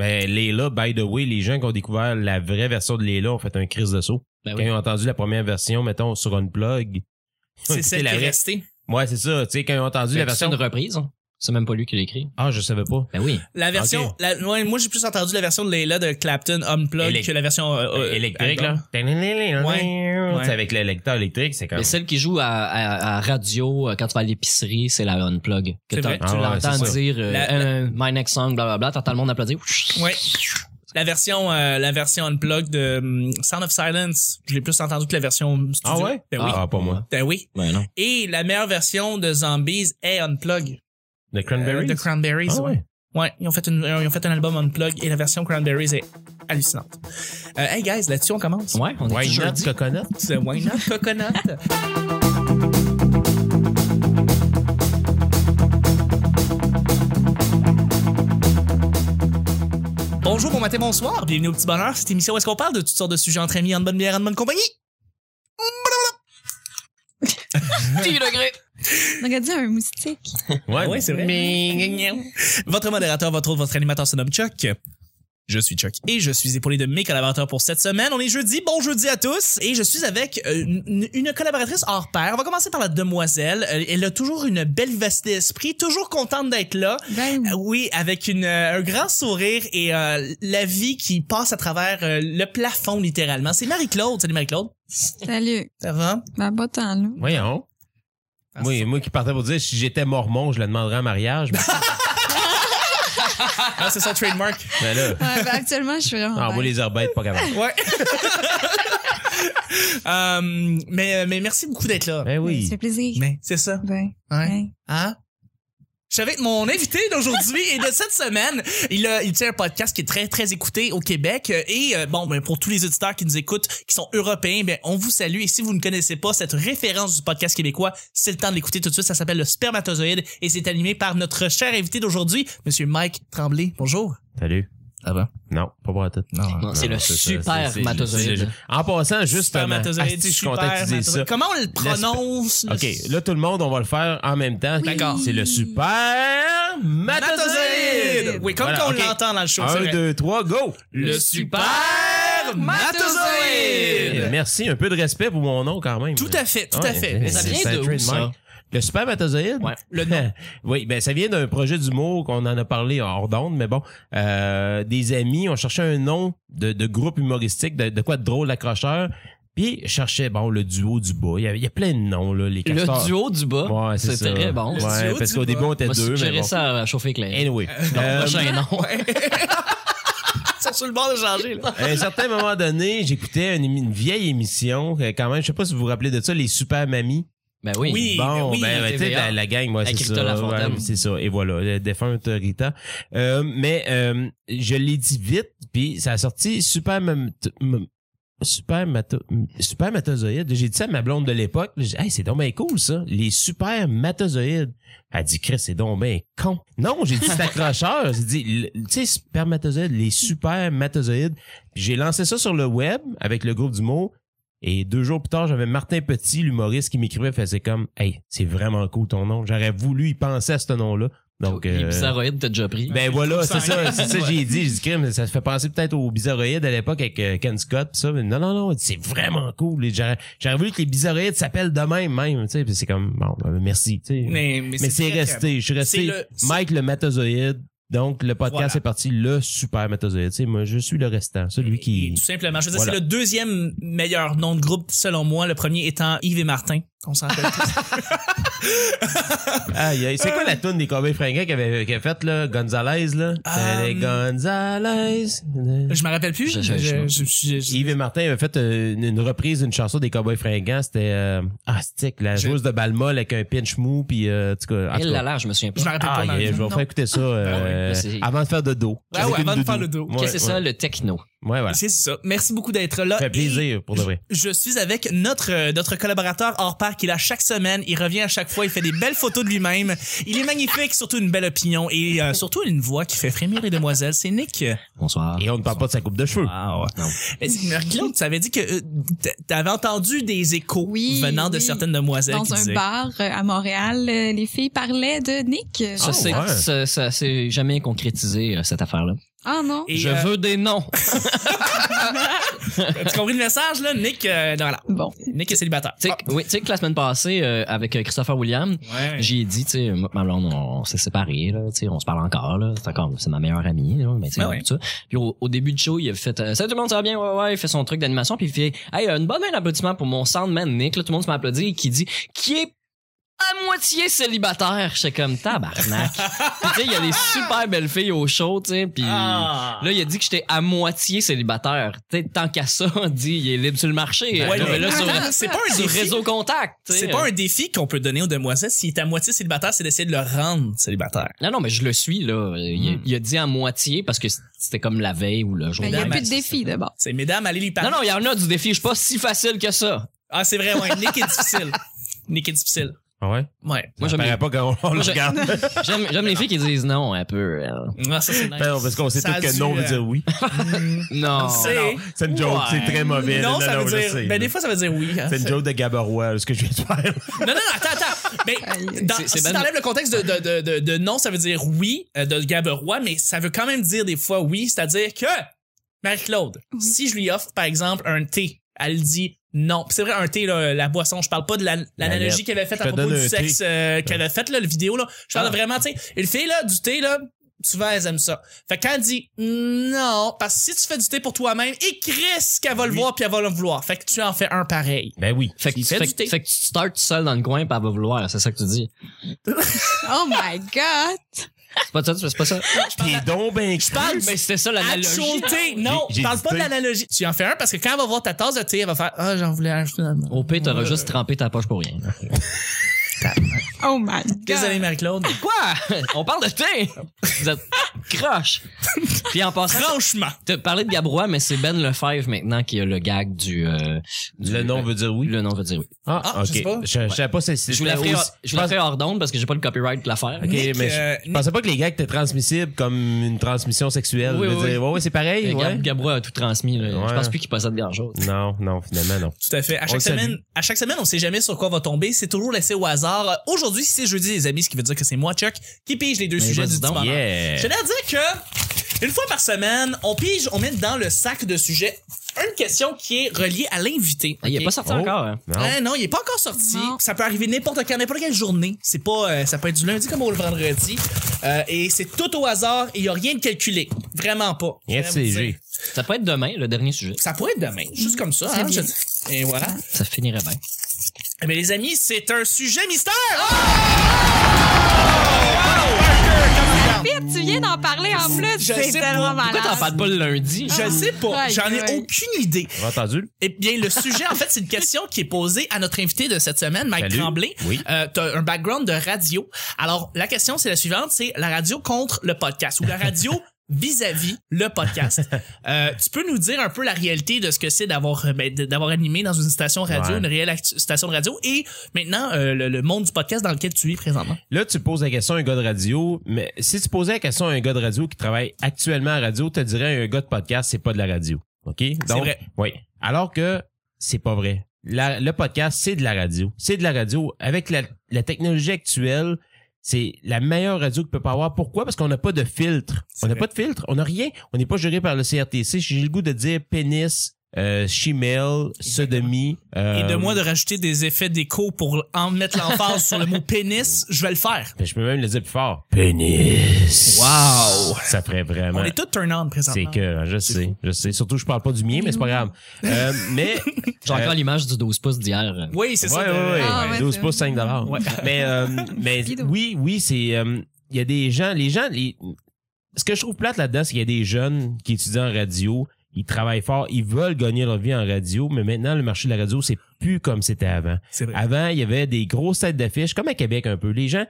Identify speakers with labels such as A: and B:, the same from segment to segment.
A: Euh, Layla, by the way, les gens qui ont découvert la vraie version de Layla ont fait un crise de saut.
B: Ben
A: Quand
B: oui.
A: ils ont entendu la première version, mettons, sur une plug.
C: C'est celle qui est
A: la vraie.
C: restée.
A: Ouais, c'est ça. Tu sais, quand ils ont entendu
B: Ben, C'est
A: la
B: version
A: version.
B: une reprise. hein. C'est même pas lui qui l'a écrit.
A: Ah, je savais pas.
B: Ben oui.
C: La version,
A: Ok.
C: la- ouais, moi j'ai plus entendu la version de Layla de Clapton Unplugged
A: Élec-
C: que la version euh, euh,
A: électrique,
C: album.
A: là. Tu sais, Avec le lecteur électrique, c'est comme.
B: Mais celle qui joue à, à- à radio euh, quand tu vas à l'épicerie, c'est la unplug. Que
C: C'est
B: t'as-
C: vrai.
B: tu
A: Ah ouais,
B: l'entends
A: c'est ça.
B: dire euh,
C: La-
B: euh, My Next Song, blablabla, t'entends le monde applaudir.
C: Ouais. La version, euh, la version unplugged de hum, Sound of Silence, je l'ai plus entendu que la version studio.
A: Ah ouais?
C: Ben oui.
A: Ah, pas moi.
C: Ben oui.
B: Ben non.
C: Et la meilleure version de Zombies est unplugged.
A: The
C: Euh,
A: Cranberries?
C: de Cranberries.
A: Ah ouais.
C: Ouais, ils ont fait une, euh, ils ont fait un album unplugged et la version Cranberries est hallucinante. Euh, hey guys, là-dessus on commence.
B: Ouais, on est
A: Why not
B: jeudi.
A: coconut?
C: C'est Why Not Coconut. Bonjour, bon matin, bonsoir. Bienvenue au Petit Bonheur. Cette émission où est-ce qu'on parle de toutes sortes de sujets entre amis, en bonne bière, en bonne compagnie.
B: 10 degrés.
D: J'aurais dit un moustique.
A: Ouais,
C: Ouais, c'est vrai. Votre modérateur, votre autre, votre animateur se nomme Chuck. Je suis Chuck et je suis épaulé de mes collaborateurs pour cette semaine. On est jeudi, bon jeudi à tous et je suis avec euh, une, une collaboratrice hors pair. On va commencer par la demoiselle. Elle, elle a toujours une belle vastité d'esprit, toujours contente d'être là.
D: Ben,
C: Euh, Oui, avec une, euh, un grand sourire et euh, la vie qui passe à travers euh, le plafond littéralement. C'est Marie-Claude. Salut Marie-Claude.
D: salut.
C: Ça va?
D: Ben, pas tant, là.
A: Voyons. Moi, moi qui partais pour dire si j'étais mormon, je la demanderais en mariage. mais-
C: Ah, c'est son trademark.
A: Mais là,
D: Ouais, ben, actuellement, je suis vraiment.
C: Ah,
A: envoie
D: bête.
A: les orbettes, pas capable.
C: Ouais. Euh, mais, mais merci beaucoup d'être là.
A: Ben
D: Ça
A: oui.
D: fait plaisir.
C: Mais c'est ça.
D: Ben,
C: Ouais.
D: ben.
C: Hein? Je suis avec mon invité d'aujourd'hui et de cette semaine. Il, a, il tient un podcast qui est très, très écouté au Québec. Euh, Et euh, bon, ben, pour tous les auditeurs qui nous écoutent, qui sont européens, ben, on vous salue. Et si vous ne connaissez pas cette référence du podcast québécois, c'est le temps de l'écouter tout de suite. Ça s'appelle Le Spermatozoïde et c'est animé par notre cher invité d'aujourd'hui, Monsieur Mike Tremblay. Bonjour.
A: Salut.
C: Ça va?
A: Non, pas pour la tête.
B: Non, Ah, c'est le
A: ça,
B: super
A: c'est- c'est- c'est-
B: matozoïde.
A: En passant, justement, asti, je suis content que tu dises ça.
C: Comment on le prononce? le-
A: OK, là, tout le monde, on va le faire en même temps.
C: D'accord.
A: C'est le super matozoïde.
C: Matozoïde! Oui, comme
A: Voilà,
C: qu'on
A: OK.
C: l'entend dans le show. c'est
A: Un,
C: vrai.
A: deux, trois, go!
C: Le super matozoïde.
A: Merci, un peu de respect pour mon nom quand même.
C: Tout à fait, tout à
A: Ouais,
C: fait.
A: mais
B: ça
A: c'est-
B: vient
A: c'est un
B: de où,
A: trademark.
B: ça?
A: Le spermatozoïde?
B: Ouais.
C: Le
A: nom. oui, ben ça vient d'un projet d'humour qu'on en a parlé hors d'onde, mais bon, euh, des amis ont cherché un nom de, de groupe humoristique, de, de quoi de drôle d'accrocheur, puis ils cherchaient, bon, le duo du bas. Il y a, il y a plein de noms, là, les castors.
B: Le duo du bas.
A: Ouais, c'est
B: c'est
A: ça.
B: très bon.
C: Le
B: Moi,
A: Ouais,
C: duo
A: parce
C: du
A: qu'au
C: bas.
A: début, on était deux, mais
B: suggérer
A: bon.
B: ça à chauffer Claire.
A: Anyway. Euh,
B: Prochain nom.
C: Ils sont sur le bord de changer, là.
A: à un certain moment donné, j'écoutais une, émi- une vieille émission, euh, quand même, je sais pas si vous vous rappelez de ça, les Super Mamies.
B: Ben oui.
C: Oui.
A: Bon,
C: oui,
A: ben,
B: la
A: tu sais,
B: TVA.
A: la, la gang, moi,
B: Avec
A: c'est
B: Rita
A: ça.
B: Lafontaine.
A: Ouais, c'est ça. Et voilà, la défunte Rita. Euh, mais euh, je l'ai dit vite, puis ça a sorti super... mem- t- mem- Super, mato- m- super matozoïde. J'ai dit ça à ma blonde de l'époque. J'ai dit, hey, c'est donc bien cool, ça. Les super matozoïdes. Elle dit, Chris, c'est donc bien con. Non, j'ai dit, c'est accrocheur. J'ai dit, le- tu sais, spermatozoïdes, les super matozoïdes. Puis j'ai lancé ça sur le web avec le groupe du mot. Et deux jours plus tard, j'avais Martin Petit, l'humoriste, qui m'écrivait, faisait comme, hey, c'est vraiment cool ton nom. J'aurais voulu y penser à ce nom-là. Donc,
B: Les
A: euh,
B: bizarroïdes, t'as déjà pris.
A: ben voilà, c'est ça, c'est ça que j'ai dit, j'ai dit crime, ça fait penser peut-être aux bizarroïdes à l'époque avec euh, Ken Scott pis ça, mais non non non, c'est vraiment cool, les- j'aurais j'aurais voulu que les bizarroïdes s'appellent de même même, tu sais, puis c'est comme bon, ben, merci, tu sais. Mais, c'est
C: très, très-
A: resté, je suis
C: C'est
A: resté
C: le- c'est-
A: Mike le matozoïde. Donc le podcast
C: Voilà.
A: est parti le super matozoïde, tu sais, moi je suis le restant, celui
C: Et
A: qui
C: Tout simplement. Je veux dire,
A: Voilà.
C: c'est le deuxième meilleur nom de groupe, selon moi. Le premier étant Yves et Martin. On s'en rappelle.
A: Aïe, aïe, c'est quoi la toune des Cowboys fringants qu'il avait, qu'il avait faite, là? Gonzalez, là?
C: Um,
A: C'était les Gonzalez.
C: je me rappelle plus.
B: Je- je- je-
C: je- je-
A: Yves et Martin avaient fait euh, une, une reprise d'une chanson des Cowboys fringants. C'était euh, ah, stick, la
C: Je-
A: joueuse de balmol avec un pinch mou. Puis, euh, en tout cas, en tout
B: Elle
A: cas.
B: là là, je me souviens
C: je me
B: pas.
C: rappelle pas.
A: Ah,
C: Marie.
A: je vais vous faire écouter ça euh,
B: Ah ouais, c'est-
A: avant de faire de dos.
C: Ah ouais, avant de faire le dos.
A: Ouais,
B: Qu'est-ce que c'est ça,
A: ouais.
B: le techno?
A: Ouais, voilà. Ça
C: C'est ça. Merci beaucoup d'être là.
A: fait plaisir pour de vrai.
C: Je suis avec notre euh, notre collaborateur hors pair qui est là chaque semaine. Il revient à chaque fois. Il fait des belles photos de lui-même. Il est magnifique, surtout une belle opinion et euh, surtout une voix qui fait frémir les demoiselles. C'est Nick.
B: Bonsoir.
A: Et on ne parle pas de sa coupe de cheveux.
C: Wow.
B: Non.
C: Mais c'est- mais Claude, tu avais dit que euh, t- t'avais entendu des échos
D: Oui,
C: venant de
D: oui.
C: certaines demoiselles
D: Dans
C: qui
D: un
C: disaient.
D: bar euh, à Montréal, euh, les filles parlaient de Nick. Oh.
B: Ça,
A: Ah,
B: c'est,
A: ouais.
B: ça, ça s'est jamais concrétisé, euh, cette affaire-là.
D: Ah non.
C: Et,
B: je
C: euh,
B: veux des noms.
C: Tu compris le message, là? Nick, euh, non, voilà.
D: Bon.
C: Nick est célibataire.
B: Tu sais oui, tu sais que la semaine passée, euh, avec euh, Christopher William,
C: Ouais.
B: j'ai dit, tu sais, euh, moi, ma blonde, on, on s'est séparés, là, tu sais, on se parle encore, là, c'est encore, c'est ma meilleure amie, là, mais tu sais,
C: Ben ouais.
B: tout ça. Puis au, au début du show, il a fait, euh, salut tout le monde, ça va bien, ouais, ouais, il fait son truc d'animation, puis il fait, hey, une bonne main d'applaudissement pour mon soundman Nick, là, tout le monde se m'a applaudi, qui dit, qui est à moitié célibataire, j'étais comme tabarnak. Puis tu sais, il y a des super belles filles au show, tu sais, puis
C: Ah.
B: là il a dit que j'étais à moitié célibataire. Tu sais, tant qu'à ça, on dit il est libre sur le marché.
C: Ouais, Ben
B: Là,
C: mais-
B: mais là, sur,
C: Attends, c'est pas un
B: sur
C: défi.
B: réseau contact, tu sais. euh.
C: C'est pas un défi qu'on peut donner aux demoiselles. S'il est à moitié célibataire, c'est d'essayer de le rendre célibataire.
B: Non, non, mais je le suis, là. Il,
C: Hmm.
B: il a dit à moitié parce que c'était comme la veille ou le jour
D: Ben, Il n'y
B: d'avant.
D: a
C: Ben,
D: plus de
C: c'est-
D: défi d'abord.
C: C'est mesdames, allez lui parler.
B: Non, non, il y en a du défi. Je suis pas si facile que ça.
C: Ah, c'est vrai, ouais. Nick est difficile. Nick est difficile.
A: Ah ouais?
C: Ouais.
A: Ça
B: Moi, j'aime
A: paraît
B: les-
A: pas quand on, on le
B: je-
A: regarde.
B: J'aime j'aime les filles qui disent non un peu. euh.
C: Ah, ça, c'est nice.
A: Non, parce qu'on sait
C: Ça
A: tous
C: a
A: que
C: dû,
A: non veut
C: euh,
A: dire oui.
B: Oh, Non.
C: C'est-
A: C'est une joke,
B: Ouais.
A: c'est très mauvais.
C: non, ça veut
A: je
C: dire.
A: sais,
C: ben,
A: là.
C: des fois, ça veut dire oui. hein.
A: C'est une joke de Gabarois, ce que je viens de faire.
C: Non, non, non, attends, attends. Ben,
D: Aïe.
C: dans,
B: C'est- c'est
C: si
B: ben-
C: t'enlèves le contexte de, de, de, de, de non, ça veut dire oui, euh, de Gaberois, mais ça veut quand même dire des fois oui, c'est-à-dire que, Marie-Claude,
D: Oui.
C: si je lui offre, par exemple, un thé, elle dit non. Puis C'est vrai, un thé, là, la boisson, je parle pas de la- l'analogie
A: lettre.
C: qu'elle avait faite
A: Je
C: à
A: te
C: propos
A: donne
C: du
A: un
C: sexe euh, qu'elle avait faite, là, le vidéo, là. Je parle
B: Ah.
C: vraiment, tu sais, une fille, là, du thé, là, souvent, elles aiment ça. Fait que quand elle dit non, parce que si tu fais du thé pour toi-même, et Chris qu'elle va le
A: Oui.
C: voir puis elle va le vouloir. Fait que tu en fais un pareil.
A: Ben oui.
B: Fait que,
C: Il
B: tu,
C: fait
B: fait,
C: du thé.
B: fait que tu starts tout seul dans le coin, puis elle va vouloir, c'est ça que tu dis.
D: Oh my God.
B: C'est pas ça, c'est pas ça.
A: T'es donc ben
C: Je parle,
B: Mais c'était ça l'analogie.
C: Actual
D: Ah
C: thé. Non,
A: J'ai- j'ai
C: parle
A: dit
C: pas de
A: thé.
C: l'analogie. Tu en fais un parce que quand elle va voir ta tasse de thé, elle va faire Ah, j'en voulais un finalement.
B: Au pire, t'auras juste trempé ta poche pour rien.
D: Oh my God.
C: Désolé, Marie-Claude.
B: Quoi? On parle de thé! Vous êtes croche! Puis en passant,
C: Franchement.
B: t'as parlé de Gabrois, mais c'est Ben Lefebvre maintenant qui a le gag du... euh, du-
A: Le nom veut dire oui.
B: Le nom veut dire oui.
A: Ah,
C: Ah,
A: ok.
C: je sais pas.
A: Je, je savais pas si
B: Je vous la ferai, je vous la ferai hors d'onde parce que j'ai pas le copyright de l'affaire.
A: Ok,
C: Nick,
A: mais je-
C: euh,
A: je, pensais pas que les gars étaient transmissibles comme une transmission sexuelle.
B: Oui,
A: Je veux
B: oui,
A: dire, ouais, ouais, c'est pareil.
B: Mais Gab-
A: Ouais.
B: Gabrois a tout transmis. là. Je
A: Ouais.
B: pense plus qu'il possède grand-chose.
A: Non, non, finalement, non.
C: Tout à fait. À
A: On
C: chaque
A: le salue.
C: semaine, à chaque semaine, on sait jamais sur quoi on va tomber. C'est toujours laissé au hasard. Euh, Aujourd'hui, c'est jeudi, les amis, ce qui veut dire que c'est moi, Chuck, qui pige les deux
B: Mais
C: sujets
B: vas-y
C: du
B: donc.
C: dimanche. Je
A: Yeah.
C: tenais à dire que une fois par semaine, on pige, on met dans le sac de sujets une question qui est reliée à l'invité.
B: Il
C: Ok?
B: est pas sorti
A: Oh.
B: encore. hein.
A: Non.
C: Hein, non, il est pas encore sorti.
D: Non.
C: Ça peut arriver n'importe quand, n'importe quelle journée. C'est pas, euh, ça peut être du lundi comme au vendredi. Euh, et c'est tout au hasard. Il y a rien de calculé, vraiment pas.
A: Rien de
C: Je vais vous
A: CG.
C: dire.
B: Ça peut être demain, le dernier sujet.
C: Ça pourrait être demain, juste comme ça.
D: C'est
C: hein,
D: bien.
C: je- Et voilà.
B: Ça finirait bien.
C: Eh bien, les amis, c'est un sujet mystère. Ah,
D: Vite, tu viens d'en parler en plus.
C: Je
D: C'est
C: sais
D: tellement
C: pas.
B: Pourquoi t'en
D: malade.
B: parles pas le lundi?
C: Je sais pas,
D: Ouais,
C: j'en ai
D: ouais.
C: aucune idée.
A: Vous avez entendu?
C: Eh bien, le sujet, en fait, c'est une question qui est posée à notre invité de cette semaine, Mike
A: Salut.
C: Tremblay.
A: Oui.
C: Euh, T'as un background de radio. Alors, la question, c'est la suivante, c'est la radio contre le podcast ou la radio vis-à-vis le podcast. Euh, tu peux nous dire un peu la réalité de ce que c'est d'avoir euh, ben, de- d'avoir animé dans une station radio,
A: Ouais.
C: une réelle actu- station de radio, et maintenant euh, le, le monde du podcast dans lequel tu es présentement.
A: Là, tu poses la question à un gars de radio, mais si tu posais la question à un gars de radio qui travaille actuellement à radio, te dirais un gars de podcast, c'est pas de la radio. OK? Donc,
C: vrai.
A: Oui. Alors que c'est pas vrai. La- le podcast, c'est de la radio. C'est de la radio. Avec la, la technologie actuelle, c'est la meilleure radio que peut pas avoir. Pourquoi? Parce qu'on n'a pas de filtre.
C: C'est
A: On n'a
C: vrai.
A: pas de filtre. On n'a rien. On n'est pas géré par le CRTC. J'ai le goût de dire pénis, euh, chimel, sodomie.
C: Et de
A: euh,
C: moi de rajouter des effets d'écho pour en mettre l'emphase sur le mot pénis, je vais le faire.
A: Ben, je peux même le dire plus fort. Pénis.
C: Wow.
A: Ça ferait vraiment.
C: On est tous turn on
A: C'est
C: présentement.
A: que je sais, je sais. Surtout, je parle pas du mien, mais c'est pas grave. Euh, mais
B: J'ai encore l'image du 12 pouces d'hier.
C: Oui, c'est
A: ouais,
C: ça.
A: ouais, ouais.
D: Ah, ouais,
A: 12
D: c'est
A: pouces,
D: vrai.
A: 5 dollars.
C: Ouais.
A: Mais, euh, mais
D: Bidon.
A: oui, oui, c'est. euh, Il y a des gens, les gens. les- ce que je trouve plate là-dedans, c'est qu'il y a des jeunes qui étudient en radio, ils travaillent fort, ils veulent gagner leur vie en radio, mais maintenant, le marché de la radio, c'est plus comme c'était avant.
C: C'est vrai.
A: Avant, il y avait des grosses têtes d'affiche, comme à Québec un peu. Les gens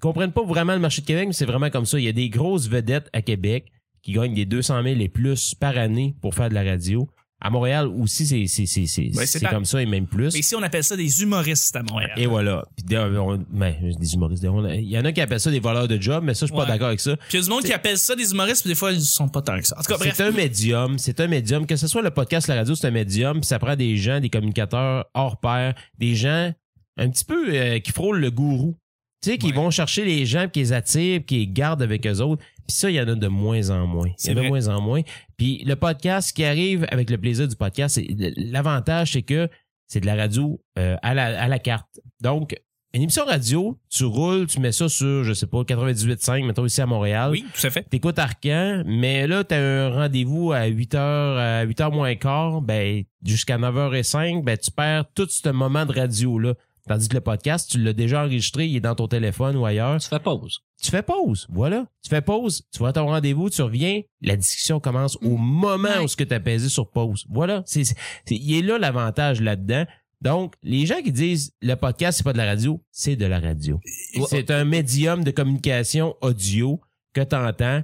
A: comprennent pas vraiment le marché de Québec, mais c'est vraiment comme ça. Il y a des grosses vedettes à Québec qui gagnent des 200 000 et plus par année pour faire de la radio. À Montréal aussi, c'est c'est- c'est- c'est-
C: Ouais, c'est
A: c'est
C: pas-
A: comme ça et même plus.
C: Mais ici, on appelle ça des humoristes à Montréal.
A: Et voilà. Puis, des- on- ben, des humoristes. on- il y en a qui appellent ça des voleurs de job, mais ça, je suis
C: Ouais.
A: pas d'accord avec ça.
C: Puis il y a du monde qui appelle ça des humoristes, puis des fois, ils sont pas tant que ça. En tout cas, bref.
A: C'est un médium, c'est un médium. Que ce soit le podcast, la radio, c'est un médium. Puis ça prend des gens, des communicateurs hors pair, des gens un petit peu euh, qui frôlent le gourou. Tu sais, qui
C: Ouais.
A: vont chercher les gens, puis qui les attirent, puis qui les gardent avec eux autres. Puis ça, il y en a de moins en moins. Il y
C: C'est
A: en a de
C: vrai.
A: moins en moins. Puis le podcast, ce qui arrive avec le plaisir du podcast, c'est l'avantage, c'est que c'est de la radio euh, à, la, à la carte. Donc, une émission radio, tu roules, tu mets ça sur, je sais pas, 98.5, mettons ici à Montréal.
C: Oui, tout à fait.
A: T'écoutes Arcan, mais là, t'as un rendez-vous à 8h, à 8h moins quart, ben, jusqu'à 9h05, ben, tu perds tout ce moment de radio-là. Tandis que le podcast, tu l'as déjà enregistré, il est dans ton téléphone ou ailleurs.
B: Tu fais pause.
A: Tu fais pause, voilà. Tu fais pause, tu vas à ton rendez-vous, tu reviens, la discussion commence au moment
D: Ouais.
A: où ce que t'as pesé sur pause. Voilà. C'est, c'est- il est là l'avantage là-dedans. Donc, les gens qui disent le podcast, c'est pas de la radio, c'est de la radio.
B: Ouais.
A: C'est un médium de communication audio que tu entends.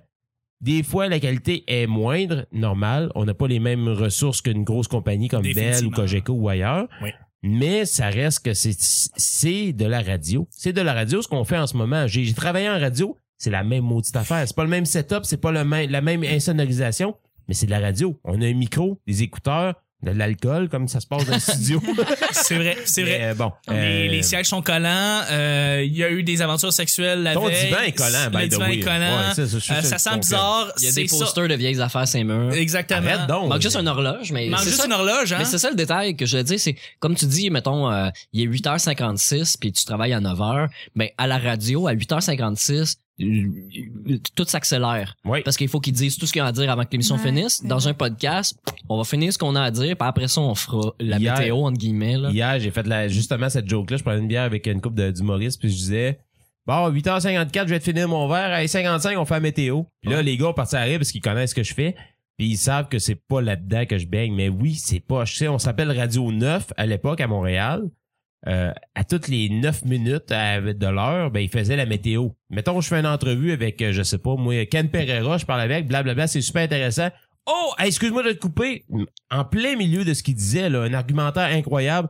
A: Des fois, la qualité est moindre, normal. On n'a pas les mêmes ressources qu'une grosse compagnie comme Bell ou
C: Définitivement.
A: Cogeco ou ailleurs.
C: Oui.
A: Mais ça reste que c'est- c'est de la radio. C'est de la radio ce qu'on fait en ce moment. J'ai j'ai travaillé en radio, c'est la même maudite affaire. C'est pas le même setup, c'est pas le même, la même insonorisation, mais c'est de la radio. On a un micro, des écouteurs, de l'alcool, comme ça se passe dans le studio.
C: C'est vrai, c'est vrai.
A: Mais bon,
C: Les,
A: euh,
C: les sièges sont collants. euh, Il y a eu des aventures sexuelles la
A: ton
C: veille.
A: divan est collant,
C: Le
A: by the
C: divan
A: way.
C: est collant.
A: Ouais, ça, ça, je suis
C: Euh,
A: sûr
C: ça
A: que
C: sent
A: tu
C: bizarre.
B: Il y a des
C: c'est ça.
B: posters de vieilles affaires saint murs.
C: Exactement.
A: Arrête donc.
B: manque juste une horloge, mais
C: Il manque
B: c'est
C: juste
B: ça.
C: une horloge, hein?
B: Mais c'est ça le détail que je veux dire, c'est comme tu dis, mettons, euh, il est 8h56 puis tu travailles à 9h, ben à la radio, à 8h56, euh, tout s'accélère.
A: Oui.
B: Parce qu'il faut qu'ils disent tout ce qu'ils ont à dire avant que l'émission
D: Ouais,
B: finisse.
D: c'est
B: Dans
D: vrai.
B: un podcast, on va finir ce qu'on a à dire, puis après ça, on fera la
A: Hier-
B: météo, entre guillemets. Là.
A: Hier, j'ai fait la, justement cette joke-là. Je prenais une bière avec une coupe d'humoristes, puis je disais Bon, 8h54, je vais te finir mon verre. À 55, on fait la météo. Puis là, les gars partent à rire parce qu'ils connaissent ce que je fais. Puis ils savent que c'est pas là-dedans que je baigne. Mais oui, c'est pas. Je sais, on s'appelle Radio 9 à l'époque à Montréal. Euh, à toutes les 9 minutes à- de l'heure, ben, il faisait la météo. Mettons, je fais une entrevue avec, euh, je sais pas, moi, Ken Pereira, je parle avec, blablabla, c'est super intéressant. Oh, hey, excuse-moi de te couper. En plein milieu de ce qu'il disait, là, un argumentaire incroyable.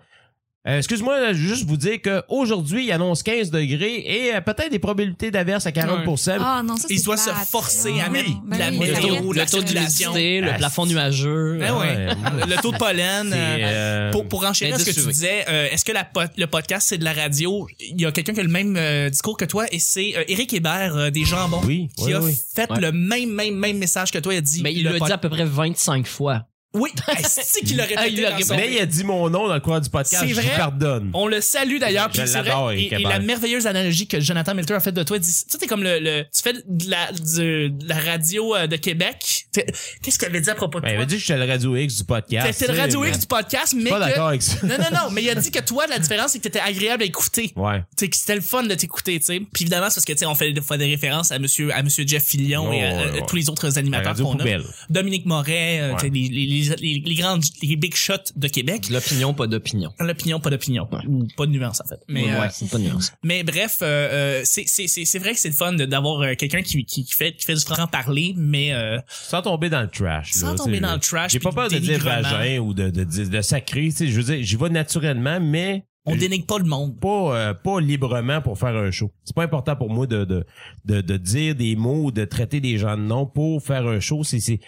A: Euh, excuse-moi, là, je veux juste vous dire qu'aujourd'hui, il annonce 15 degrés et euh, peut-être des probabilités d'averse à 40
D: Ah non, ça,
C: Il
D: c'est
C: doit se
D: plate.
C: forcer
D: Ah,
C: à mettre
D: ben
C: la
D: oui,
B: Le
C: météo,
D: ça
B: taux,
D: arrête
C: la
B: le taux
C: circulation.
B: d'humidité, le
A: Ah,
B: plafond nuageux.
C: Ah ouais.
A: Ouais, ouais.
C: Le taux de pollen.
A: C'est,
C: euh,
A: euh,
C: Pour, pour enchaîner à ce que tu
B: Indessuvé.
C: disais, euh, est-ce que la pod- le podcast, c'est de la radio? Il y a quelqu'un qui a le même euh, discours que toi, et c'est euh, Éric Hébert euh, des Jambons
A: Oui,
C: qui
A: oui,
C: a
A: oui.
C: fait
B: Ouais.
C: le même, même, même message que toi. Il a dit...
B: Mais il
C: le
B: l'a
C: pod-
B: dit à peu près 25 fois.
C: Oui, c'est qu'il l'a
B: Ah, il
C: répété
B: l'a
C: dans
B: répété.
C: son-
A: Mais il a dit mon nom dans le coin du podcast.
C: C'est
A: je
C: vrai.
A: lui pardonne.
C: On le salue d'ailleurs,
A: Je
C: puis c'est
A: l'adore,
C: vrai, et,
A: Éric
C: et
A: Hébert.
C: la merveilleuse analogie que Jonathan Milter a faite de toi, il dit, tu sais, t'es comme le, le- tu fais de la, du- de la radio euh, de Québec. T'es- Qu'est-ce qu'il avait dit à propos de
A: Ben, il
C: toi?
A: m'a dit que j'étais le Radio X du podcast.
C: T'étais le
A: tu sais,
C: radio
A: mais-
C: X du podcast, mais
A: Pas
C: que-
A: d'accord avec ça.
C: non, non, non, mais il a dit que toi, la différence, c'est que t'étais agréable à écouter.
A: Ouais.
C: T'sais, que c'était le fun de t'écouter, tu sais. Puis évidemment, c'est parce que, tu sais, on fait des fois des références à monsieur, à monsieur Jeff Fillion
A: Oh,
C: et à,
A: ouais,
C: à
A: ouais.
C: tous les autres
A: La
C: animateurs
A: radio
C: qu'on a.
A: poubelle.
C: Dominique Moret, euh,
A: Ouais.
C: t'sais, les, les, les, les- les grandes, les big shots de Québec.
B: De L'opinion, pas d'opinion.
C: L'opinion, pas d'opinion. Ou pas de nuance, en fait. Mais, euh,
B: ouais, c'est pas de nuance.
C: mais bref, euh, euh, c'est, c'est, c'est, c'est vrai que c'est le fun de- d'avoir euh, quelqu'un qui, qui, qui fait, qui fait du franc-parler, mais, euh,
A: Sans tomber dans le trash.
C: Sans
A: là,
C: tomber
A: tu sais,
C: dans le
A: je-
C: trash,
A: J'ai pas
C: puis
A: peur de dire
C: dénigrement.
A: vagin ou de, de, de, de sacré. tu sais, Je veux dire, j'y vais naturellement, mais
C: on dénigre pas le monde.
A: pas, euh, pas librement pour faire un show. C'est pas important pour moi de, de, de, de dire des mots ou de traiter des gens de nom pour faire un show. C'est, c'est,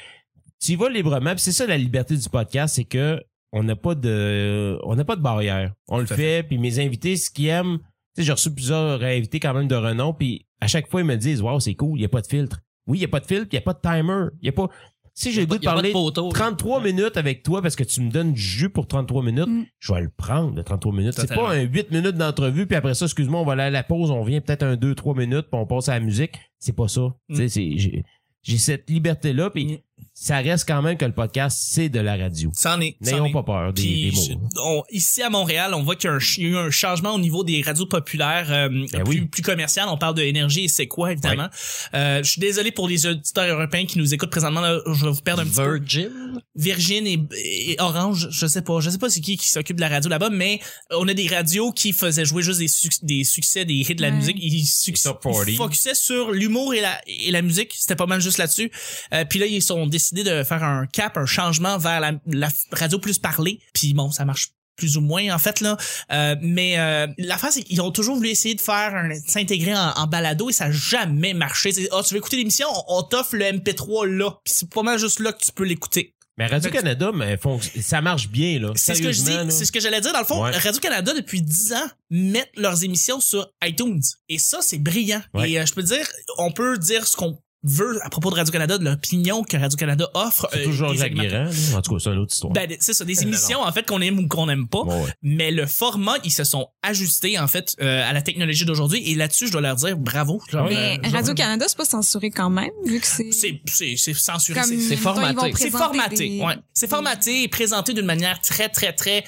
A: tu y vas librement. Puis c'est ça la liberté du podcast, c'est que on n'a pas de on n'a pas de barrière. On le
C: Tout à
A: fait, puis mes invités, ce qu'ils aiment, tu sais, j'ai reçu plusieurs invités quand même de renom, puis à chaque fois, ils me disent Wow, c'est cool, il n'y a pas de filtre. Oui, il n'y a pas de filtre, puis il n'y a pas de timer. Il y a pas. Si j'ai le goût de
B: Il y a pas
A: parler
B: de poteau.
A: 33 minutes avec toi parce que tu me donnes du jus pour 33 minutes,
D: Mm.
A: je vais le prendre, le 33 minutes. C'est
C: Totalement.
A: pas un 8 minutes d'entrevue, puis après ça, excuse-moi, on va aller à la pause, on vient peut-être un 2-3 minutes, puis on passe à la musique. C'est pas ça.
C: Mm.
A: Tu sais, c'est- j'ai- J'ai cette liberté-là, puis
C: Mm.
A: ça reste quand même que le podcast, c'est de la radio.
C: C'en est. c'en est.
A: N'ayons pas peur des,
C: Puis,
A: des mots. hein.
C: je- on- ici à Montréal, on voit qu'il y a, un ch- il y a eu un changement au niveau des radios populaires euh,
A: Ben
C: plus,
A: oui.
C: plus commerciales. On parle de énergie et c'est quoi, évidemment. Euh, je suis désolé pour les auditeurs européens qui nous écoutent présentement. là, je vais vous perdre un petit peu.
B: Virgil?
C: Virgin et, et Orange, je sais pas. Je sais pas c'est qui qui s'occupe de la radio là-bas, mais on a des radios qui faisaient jouer juste des, suc- des succès, des hits de la
D: Ouais.
C: musique. Ils, suc-
A: top 40.
C: ils focusaient sur l'humour et la, et la musique. C'était pas mal juste là-dessus. Euh, puis là, ils sont décidés de faire un cap, un changement vers la, la f- radio plus parlée. Puis bon, ça marche plus ou moins en fait là Euh, mais euh, l'affaire c'est qu'ils ont toujours voulu essayer de faire un- s'intégrer en, en balado et ça a jamais marché c'est ah tu veux écouter l'émission on, on t'offre le MP3 là puis c'est pas mal juste là que tu peux l'écouter
A: Mais Radio-Canada, mais fon- ça marche bien, là.
C: C'est ce que je dis,
A: Sérieusement, là.
C: c'est ce que j'allais dire. Dans le fond,
A: Ouais.
C: Radio-Canada, depuis 10 ans, mettent leurs émissions sur iTunes. Et ça, c'est brillant.
A: Ouais.
C: Et euh, je peux dire, on peut dire ce qu'on veut à propos de Radio-Canada, de l'opinion que Radio-Canada offre.
A: C'est
C: euh,
A: toujours
C: des
A: Jacques
C: segments-
A: Guérin, là. En tout cas, c'est une autre histoire.
C: Ben, c'est ça, des émissions, en fait, qu'on aime ou qu'on n'aime pas.
A: Ouais, ouais.
C: Mais le format, ils se sont ajustés, en fait, euh, à la technologie d'aujourd'hui. Et là-dessus, je dois leur dire bravo. Je leur- euh,
D: Mais
C: je leur-
D: Radio-Canada, c'est pas censuré quand même, vu que c'est.
C: C'est, c'est, c'est censuré.
D: comme,
C: c'est-
D: mettons,
C: C'est
B: formaté.
D: ils vont présenter
C: formaté,
D: des-
C: ouais. C'est formaté et présenté d'une manière très, très, très...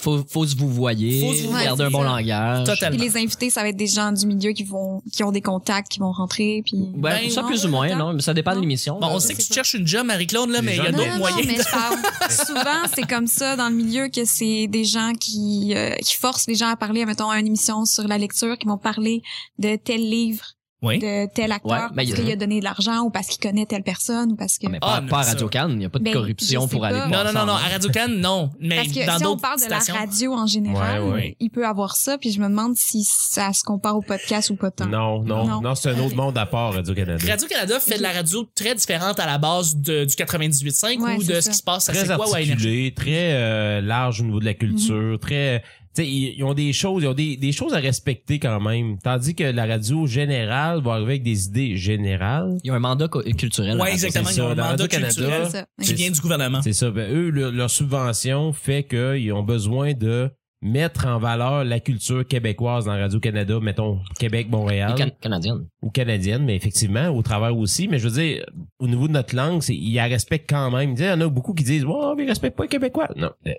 B: Faut, faut se vous voyez.
C: Faut se
D: vouvoyer,
B: garder un
D: c'est
B: bon
D: ça.
B: langage.
C: Totalement.
D: Puis les invités, ça va être des gens du milieu qui vont, qui ont des contacts, qui vont rentrer, puis.
B: Ben,
C: Ben,
B: ça
D: non,
B: plus ou moins,
D: attends.
B: non, mais ça dépend de
D: Non.
B: l'émission.
C: Bon,
B: là.
C: on sait que tu
D: ça.
C: cherches une job, Marie-Claude, là,
A: Les
C: mais il y
A: gens-
C: a
D: Non,
C: d'autres
D: non,
C: moyens.
D: non, mais je parle. Souvent, c'est comme ça dans le milieu que c'est des gens qui, euh, qui forcent les gens à parler, mettons, à une émission sur la lecture, qui vont parler de tel livre,
C: Oui.
D: de tel acteur,
B: Ouais, ben,
D: parce
B: il y a-
D: qu'il a donné de l'argent ou parce qu'il connaît telle personne ou parce que...
B: Ah, mais
C: Ah,
B: pas,
C: mais
B: pas à
C: ça-
B: Radio Cannes, il n'y a pas de
D: Ben,
B: corruption
D: je sais
B: pour aller
D: pas.
C: Non,
B: voir
C: non,
B: ça,
C: non, non, à Radio-Can, non. Mais
D: Parce que
C: ben, dans
D: si on
C: d'autres
D: parle de la
C: stations.
D: radio en général,
A: Ouais, ouais.
D: il peut avoir ça, puis je me demande si ça se compare au podcast ou pas tant.
A: Non, non, non,
D: Non.
A: c'est un autre monde à part Radio-Canada.
C: Radio-Canada fait de la radio très différente à la base de- du 98.5
D: Ouais,
C: ou de
D: c'est
C: ce
D: ça.
C: qui se passe à C'est
A: très
C: quoi Mm-hmm. ou à Énergie.
A: articulé, très euh, large au niveau de la culture, très tu sais, ils, ils ont des choses, ils ont des, des choses à respecter quand même. Tandis que la radio générale va arriver avec des idées générales.
B: Il y a un mandat co- culturel.
C: Ouais,
B: à Radio
C: exactement.
A: c'est
C: Ils ont
A: ça,
C: un
A: dans
C: mandat
A: Radio-Canada,
C: culturel
D: C'est ça.
C: qui
A: c'est-
C: vient du gouvernement.
A: C'est ça. Ben, eux, leur, leur subvention fait qu'ils ont besoin de mettre en valeur la culture québécoise dans Radio-Canada, mettons Québec-Montréal
B: Et can- canadienne.
A: ou canadienne, mais effectivement, au travers aussi. Mais je veux dire, au niveau de notre langue, c'est, ils la respectent quand même. Il y en a beaucoup qui disent, oh, mais ils respectent pas les Québécois. Non. Euh,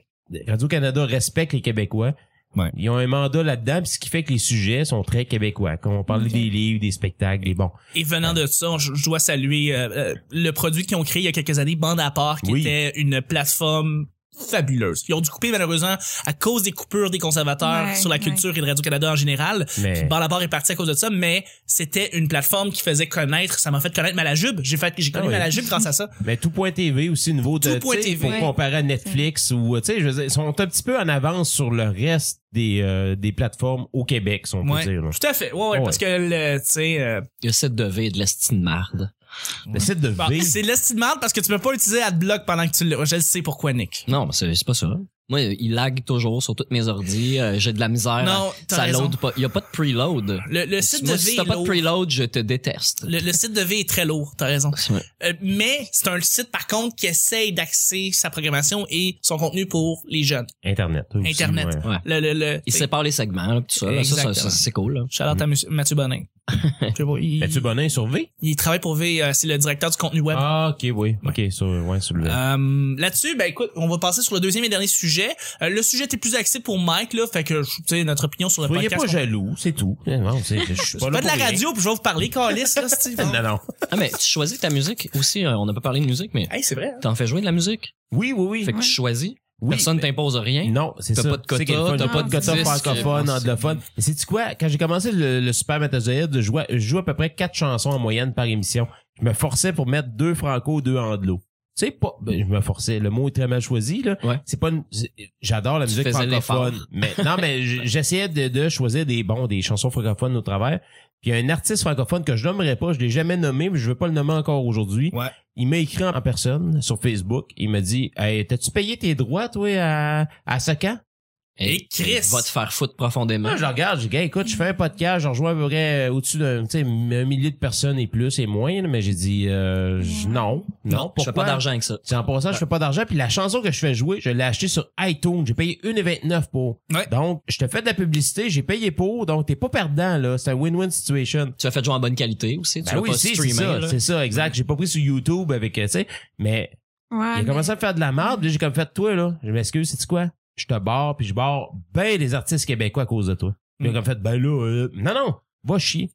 A: Radio-Canada respecte les Québécois.
C: Ouais.
A: Ils ont un mandat là-dedans, puis ce qui fait que les sujets sont très québécois. Quand on parle des livres, des spectacles, des bons.
C: Et venant de ça, je, je dois saluer euh, euh, le produit qu'ils ont créé il y a quelques années, Bande à part, qui
A: Oui.
C: était une plateforme fabuleuse. Ils ont dû couper malheureusement à cause des coupures des conservateurs
D: Ouais,
C: sur la
D: ouais.
C: culture et de Radio-Canada en général.
A: Mais
C: Bande à part est parti à cause de ça, mais c'était une plateforme qui faisait connaître, ça m'a fait connaître Malajube. J'ai fait, j'ai connu
A: Ah oui.
C: Malajube grâce à ça.
A: Mais tout point TV aussi au niveau de
C: Tout point
A: tu sais,
C: TV.
A: pour
D: Ouais.
A: comparer à Netflix ou tu sais je veux dire, ils sont un petit peu en avance sur le reste des euh, des plateformes au Québec si on peut
C: Ouais.
A: dire. là.
C: Tout à fait. Ouais, ouais,
A: Ah Ouais.
C: parce que le, tu sais, euh,
B: Il y a cette devée et de l'estime marde.
A: Le site de
C: bon,
A: V,
C: Bah, c'est de l'esti de merde parce que tu peux pas utiliser AdBlock pendant que tu le, je le sais pourquoi, Nick.
B: Non, mais c'est c'est pas ça. Moi, il lag toujours sur toutes mes ordis. euh, J'ai de la misère.
C: Non, t'as
B: ça
C: raison.
B: load pas. Il n'y a pas de preload.
C: Le, le site
B: Moi,
C: de V
B: si
C: est
B: t'as pas de
C: lourd.
B: preload, je te déteste.
C: le, le site de V est très lourd, t'as raison. Euh, mais c'est un site par contre qui essaye d'axer sa programmation et son contenu pour les jeunes.
A: internet. aussi,
C: Internet.
A: ouais.
B: Ouais.
C: Le le le.
B: Il sépare les segments, là, pis tout ça. là. Ça, ça, ça,
C: Exactement.
B: c'est cool. là.
C: Shout-out à Monsieur- Mathieu Bonin. Je sais pas, il,
A: Mathieu Bonin sur V?
C: il travaille pour V, euh, c'est le directeur du contenu web.
A: Ah, ok, oui. Ok, sur, ouais, sur le V.
C: Euh, Là-dessus, ben écoute, on va passer sur le deuxième et dernier sujet. Euh, le sujet était plus axé pour Mike là, fait que je- tu sais notre opinion sur le
A: Soyez
C: podcast.
A: pas jaloux, c'est tout. Eh, Non, c'est, je suis
C: on- c'est
A: pas là
C: pas de la
A: pour rien.
C: radio, puis je vais vous parler, Calis, là, Steve. hein.
A: Non, non.
B: Ah, mais tu choisis ta musique aussi. euh, on n'a pas parlé de musique, mais
C: Hey, c'est vrai. hein?
B: t'en fais jouer de la musique.
A: Oui, oui, oui.
B: Fait que
D: Ouais.
B: tu choisis.
A: Oui,
B: Personne
A: mais-
B: t'impose rien.
A: Non, c'est
B: T'as
A: ça.
B: pas de
A: C'est ça qui est le
B: quota,
A: fun.
B: t'as
D: pas de quota
A: Disque, francophone,
B: euh,
A: anglophone. Mais sais-tu quoi? Quand j'ai commencé le, le Super Métazoïde, je jouais, je jouais à peu près quatre chansons en moyenne par émission. Je me forçais pour mettre deux franco, deux anglo. Tu sais pas, ben, je me forçais. Le mot est très mal choisi, là.
B: Ouais.
A: C'est pas une- c'est- j'adore la
B: Tu
A: musique
B: faisais
A: francophone. Mais, non, mais j- j'essayais de, de choisir des, bons, des chansons francophones au travers. Puis il y a un artiste francophone que je nommerai pas, je l'ai jamais nommé, mais je veux pas le nommer encore aujourd'hui.
C: Ouais.
A: Il m'a écrit en personne sur Facebook. Il m'a dit Hey, t'as-tu payé tes droits, toi, à, à Socan?
C: Et Chris.
B: Va te faire foutre profondément.
A: Moi, je regarde, je dis, Gars, écoute, je fais un podcast, je rejoins à peu près euh, au-dessus d'un tu sais, un millier de personnes et plus et moins, là, mais j'ai dit euh, je- non, non,
B: Non, je
A: pourquoi?
B: fais pas d'argent avec ça.
A: C'est en passant, je fais pas d'argent, puis la chanson que je fais jouer, je l'ai achetée sur iTunes, j'ai payé 1,29 pour.
C: Ouais.
A: Donc, je te fais de la publicité, j'ai payé pour, donc t'es pas perdant, là. C'est un win-win situation.
B: Tu l'as fait jouer en bonne qualité aussi. Tu
A: Ben
B: l'as
A: oui,
B: pas
A: si, c'est
B: streamé.
A: ça,
B: là.
A: c'est ça, exact. J'ai pas pris sur YouTube avec, euh, tu sais, mais il
D: Ouais,
A: a commencé à me faire de la merde, puis là, j'ai comme fait toi là, je m'excuse, c'est quoi Je te barre puis je barre ben des artistes québécois à cause de toi. Puis Il a
C: Mm.
A: comme fait ben là euh, non non, va chier.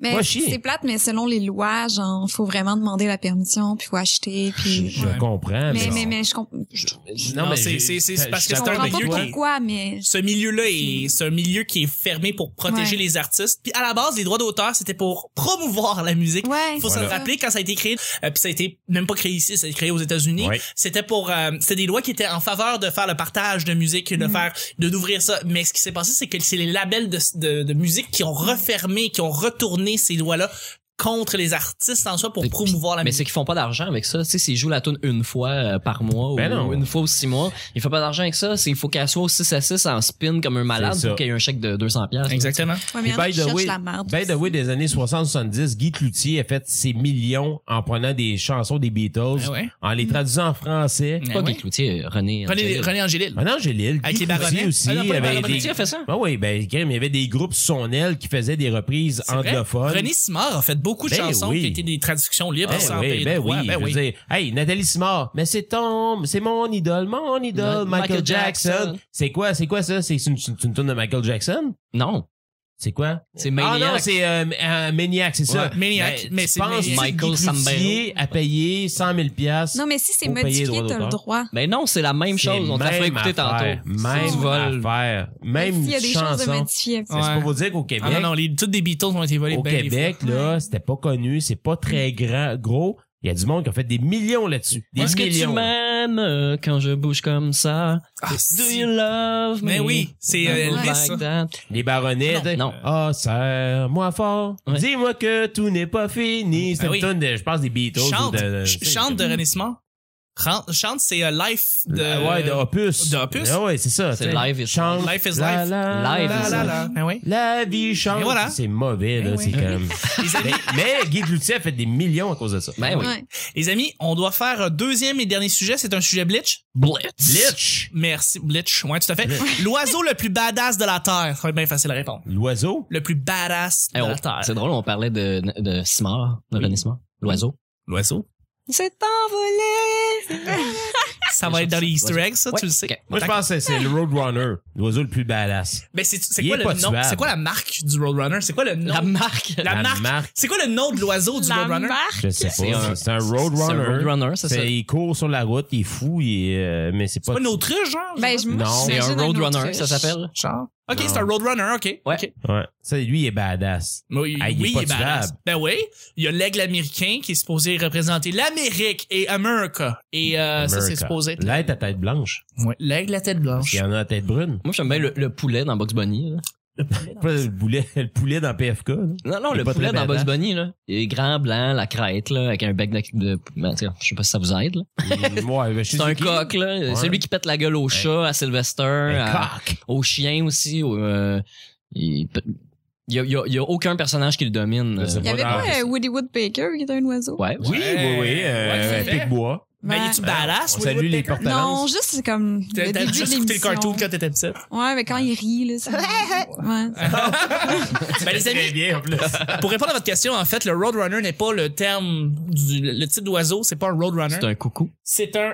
D: mais
A: Moi, chier.
D: c'est plate, mais selon les lois, genre, faut vraiment demander la permission, puis faut acheter, puis...
A: Je
C: Ouais.
A: comprends
D: Mais, mais,
A: bon.
D: mais, je comprends, je
C: Non, c'est-
A: j'ai-
C: c'est- c'est
A: je-
C: parce
A: je
C: que c'est un
A: t'accorde
C: milieu
D: comprends
A: avec
D: pas
A: toi.
D: pourquoi, mais...
C: ce milieu-là est c'est un milieu qui est fermé pour protéger
D: Ouais.
C: les artistes. Puis à la base, les droits d'auteur, c'était pour promouvoir la musique.
D: Ouais.
C: Il faut
A: Voilà.
C: se le rappeler quand ça a été créé, euh, puis ça a été même pas créé ici, ça a été créé aux États-Unis.
A: Ouais.
C: C'était pour, euh, c'était des lois qui étaient en faveur de faire le partage de musique, de
D: Mhm.
C: faire, de d'ouvrir ça. Mais ce qui s'est passé, c'est que c'est les labels de, de, de musique qui ont refermé, qui ont retourné ces lois-là contre les artistes en soi pour
B: Et puis-
C: promouvoir la
B: Mais c'est
C: musique.
B: qu'ils font pas d'argent avec ça. Tu sais, s'ils jouent la tune une fois euh, par mois
A: Ben
B: ou
A: non.
B: une fois ou six mois, ils font pas d'argent avec ça. C'est, il faut qu'elle soit au 6 à 6 en spin comme un malade
A: C'est ça.
B: pour qu'il y ait un chèque de 200 pièces.
C: Exactement.
D: Ouais,
A: Et
D: mais il y en a
A: by
D: qui
A: the
D: cherchent
A: way,
D: la merde.
A: by the way, des années 60-70, Guy Cloutier a fait ses millions en prenant des chansons des Beatles,
C: Ben ouais.
A: en les traduisant en français.
C: Ben
B: Pas
C: ouais.
B: Guy Cloutier, René.
C: René,
B: Angélil.
C: René Angélil.
A: Ah non, j'ai l'île.
C: Avec
A: Guy
C: les
A: Cloutier
C: baronnets?
A: aussi,
C: Ah non, pas les
A: avait
B: René
C: baronnets.
A: des...
B: Cloutier a fait ça.
A: Ah oui, ben, crime, il y avait des groupes sur son aile qui faisaient des reprises
C: C'est vrai.
A: anglophones.
C: René Simard a fait beaucoup de
A: Ben
C: chansons
A: oui.
C: qui étaient des traductions libres
A: Ben
C: sans
A: oui,
C: payer
A: ben
C: de droits.
A: oui,
C: Ben
A: je veux dire, hey, Nathalie Simard, mais c'est ton, c'est mon idole, mon idole,
B: Ouais,
A: Michael,
B: Michael
A: Jackson.
B: Jackson.
A: C'est quoi, c'est quoi ça? C'est une, une, une tune de Michael Jackson?
B: Non.
A: C'est quoi?
B: C'est
A: Ah
B: Maniac.
A: non, c'est euh, euh, Maniac, c'est ça. Ben,
C: Ouais, Maniac, mais
A: tu
C: c'est
A: penses que
B: Maniac.
A: Michael
B: Michael
A: Sambier a payé 100 000 piastres.
D: Non, mais si c'est
A: Faut payer les
D: modifié,
A: droits
D: t'as le
A: d'auteur.
D: droit.
B: Mais Ben non, c'est la même chose. On t'a fait écouter tantôt.
A: Même
B: Tu voles.
A: affaire,
D: Même
A: même
D: s'il y a des choses
A: chanson.
D: de modifier.
A: C'est pour vous dire qu'au
C: Ah
A: Québec,
C: non, non, les, toutes des Beatles ont été volés.
A: au
C: ben des
A: Québec,
D: fois.
A: là, c'était pas connu, c'est pas très grand, gros. Il y a du monde qui a fait des millions là-dessus. Des
B: Est-ce que tu
A: millions.
B: m'aimes euh, quand je bouge comme ça?
C: fois. Ah,
B: Do
C: si.
B: you love me?
C: Mais oui, c'est, euh,
B: Like
C: Elvis, ça.
B: that.
A: Les baronnets,
C: Non,
A: tu sais,
B: non.
A: Ah, serre-moi fort.
B: Ouais.
A: Dis-moi que tout n'est pas fini. C'est
C: Ben
A: une
C: oui.
A: tonne de, je pense, des Beatles. ou
C: Chante,
A: de- de-
C: ch-
A: tu sais,
C: chante de René Simard. Ran- Chante, c'est euh, Life de...
A: Ah ouais, de Opus.
C: de Opus.
A: Ah ouais, c'est ça.
B: C'est
A: tu sais.
B: Live is
A: Chante.
C: Life is
A: La,
C: life.
A: la,
B: Live
A: la,
C: La, la,
A: la,
B: is life.
A: la.
C: la. Ben oui.
A: La vie chante.
C: Et voilà.
A: C'est mauvais, là.
C: Ben
A: C'est
C: oui.
A: comme. mais, mais Guy Cloutier a fait des millions à cause de ça.
B: Ben oui.
D: Ouais.
C: Les amis, on doit faire un deuxième et dernier sujet. C'est un sujet Blitch.
B: Blitz.
A: Litch.
C: Merci, Blitch. Ouais, tout à fait. L'oiseau le plus badass de la Terre. Ça va être bien facile à répondre.
A: L'oiseau.
C: Le plus badass de
B: Eh, on-
A: oh,
C: la Terre.
B: c'est drôle, on parlait de, de Simard, de
C: Oui.
B: René Simard, l'oiseau.
C: L'oiseau?
D: C'est envolé.
C: Ça va être dans les Easter eggs, ça,
B: Ouais,
C: tu le sais.
B: ok.
A: Moi, je pense que c'est le Roadrunner. L'oiseau le plus badass.
C: Mais Ben, c'est c'est
A: Il
C: quoi
A: est
C: le
A: pas
C: nom?
A: tuable.
C: C'est quoi la marque du Roadrunner? C'est quoi le nom?
B: La marque.
C: La marque. C'est quoi le nom de l'oiseau du
D: La
C: Roadrunner?
D: marque.
A: Je sais
B: C'est
A: pas.
B: un-
A: C'est un
B: C'est un
A: Roadrunner.
B: Roadrunner, c'est ça.
A: C'est- Il court sur la route, il est fou, il est, euh, mais c'est
C: C'est
A: pas.
C: pas une autruche, genre?
D: Ben, je moi,
A: Non.
B: C'est
D: j'imagine
B: un Roadrunner,
D: autruche.
B: ça s'appelle.
C: Genre? Ok,
A: Non.
C: c'est un Roadrunner, ok.
B: Ouais.
C: ok.
A: Ouais. Ça, lui, il est badass.
C: Oui,
A: Ah, il est
C: oui,
A: pas
C: il est badass.
A: tuable.
C: Ben oui. Il y a l'aigle américain qui est supposé représenter l'Amérique et America. Et euh, ça, c'est
A: America.
C: supposé être
A: L'être à tête blanche.
C: Ouais, l'aigle à tête
A: Parce
C: blanche.
A: qu'il y en a à tête brune.
B: Moi, j'aime bien le, le poulet dans Box Bunny. là.
A: Pas le poulet, le poulet dans PFK. là.
B: Non, non,
A: Il est
B: le
A: pas
B: poulet
A: très
B: dans
A: badass.
B: Box Bunny, là. Il est grand, blanc, la crête, là, avec un bec de... de- ben, tu sais, je sais pas si ça vous aide, là.
A: Mm, ouais, ben, je sais
B: C'est un
A: qui.
B: coq, là. Celui qui pète la gueule au chat, à Sylvester,
A: Un
C: hein.
B: à-
A: coq.
B: au chien aussi. au, euh, il pe- il y, a- il y a- il y a aucun personnage qui le domine.
A: Je sais
D: Il y
A: pas.
B: euh,
D: avait
A: Roadrunner,
D: pas
A: c'est
D: euh,
A: ça.
D: Woody Woodpecker qui était un oiseau?
B: Ouais.
A: Oui, oui, oui. Euh,
D: Ouais, c'est
A: pic bois.
C: Ben,
D: Ouais.
C: il est-tu badass?
A: On
C: Woody
A: salue les
C: Woodpecker?
A: porte
D: Non, juste c'est comme le
C: T'as- T'as
D: début
C: juste
D: de
C: écouté le cartoon
D: l'émission.
C: quand t'étais petite.
D: Ouais, mais quand il rit, là, ça... ouais.
C: ben, les amis,
A: Très bien, en plus.
C: pour répondre à votre question, en fait, le Roadrunner n'est pas le terme du, le type d'oiseau, c'est pas un
A: hein?
C: Roadrunner.
B: C'est un coucou.
C: C'est un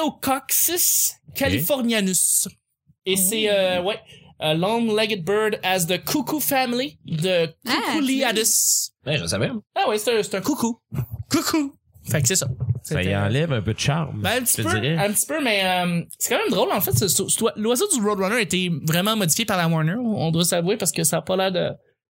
C: Geococcus californianus. Et c'est, euh, ouais, a long-legged bird as the cuckoo family de
D: Ah,
C: Cuculiadus.
B: Ouais, je le savais.
A: hein.
C: Ah, ouais, c'est un, c'est un coucou. Coucou. Fait que c'est ça. euh,
A: Ça y enlève un peu de charme.
C: Ben, un
A: je
C: petit
A: te
C: peu,
A: dirais.
C: un petit peu, mais euh, c'est quand même drôle en fait. ce- ce- ce- L'oiseau du Roadrunner a été vraiment modifié par la Warner, on doit s'avouer parce que ça a pas l'air de.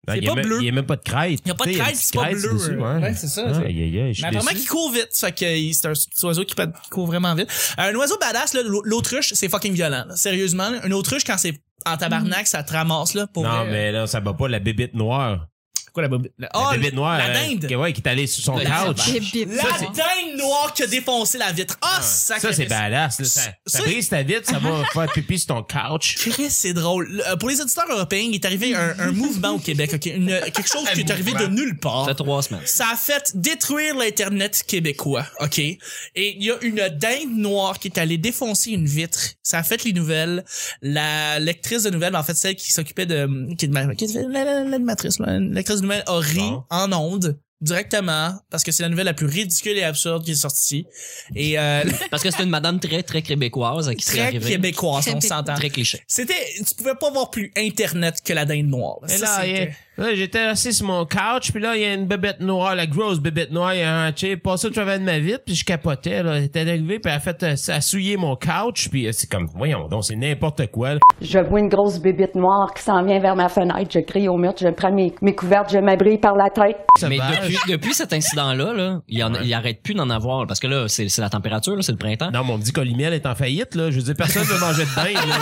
A: Non,
C: c'est
A: il y a
C: pas
A: même-
C: bleu.
A: Il n'y a même pas de crête.
C: Il y a pas de
A: Tu sais,
C: crête,
A: une
C: c'est pas
A: petite
C: bleu.
A: dessus,
C: Ouais, c'est ça, c'est-
A: Ah, aïe, aïe, aïe, je suis
C: hein. Mais apparemment
A: déçu.
C: qu'il court vite, fait que il- c'est un petit oiseau qui, peut- qui court vraiment vite. Euh, Un oiseau badass, là, l'au- l'autruche, c'est fucking violent. là. Sérieusement, là. une autruche quand c'est en tabarnak, ça te ramasse là pour.
A: Non,
C: vrai.
A: mais là, ça bat pas la bébite noire.
C: euh, C'est quoi la bob- la-
A: La
C: Ah,
A: bébite noire.
C: la
A: euh,
C: dinde.
A: qui- ouais, qui est allée sur son
B: La
A: couch.
D: Bip, bip.
C: La
D: Ça,
C: dinde noire qui a défoncé la vitre. Ah,
A: Ça,
C: sacré-
A: c'est badass. là. Ça,
C: Ça,
A: ça brise ta vitre, ça va faire pipi sur ton couch.
C: Chris, c'est drôle. Le- euh, Pour les auditeurs européens, il est arrivé un, un mouvement au Québec, ok? Une- euh, quelque chose qui est arrivé de nulle
B: Ça
C: part.
B: fait trois semaines.
C: Ça a fait détruire l'Internet québécois, OK? Et il y a une dinde noire qui est allée défoncer une vitre. Ça a fait les nouvelles. La lectrice de nouvelles, en fait, celle qui s'occupait de... euh, qui est de- qui est de- la- la- l'animatrice, la lectrice de nouvelles a ri
A: Bon.
C: en ondes directement parce que c'est la nouvelle la plus ridicule et absurde qui est sortie. Et euh,
B: Parce que c'est une madame très, très québécoise à qui serait
C: très
B: arrivée.
C: québécoise, on
D: Très
C: s'entend.
B: Très cliché.
C: C'était, tu pouvais pas voir plus Internet que la dinde noire.
A: Et
C: Ça,
A: là, il y a-
C: c'était-
A: là, j'étais assis sur mon couch, puis là, il y a une bébête noire, la grosse bébête noire, il y a un tu sais, passé au travers de ma vitre, puis je capotais, là. Elle était arrivée, puis elle a fait, euh, ça a souillé mon couch, puis euh, c'est comme, voyons donc, c'est n'importe quoi, là.
E: Je vois une grosse bébite noire qui s'en vient vers ma fenêtre. Je crie au mur, je prends mes, mes couvertes, je m'abrille par la tête.
A: Ça
B: Mais
A: va.
B: depuis, depuis cet incident-là, là, il, en- il arrête plus d'en avoir. Parce que là, c'est c'est la température, là, c'est le printemps.
A: Non, mais on me dit qu'Olimiel est en faillite, là. Je veux dire, personne ne mangeait de dinde, là.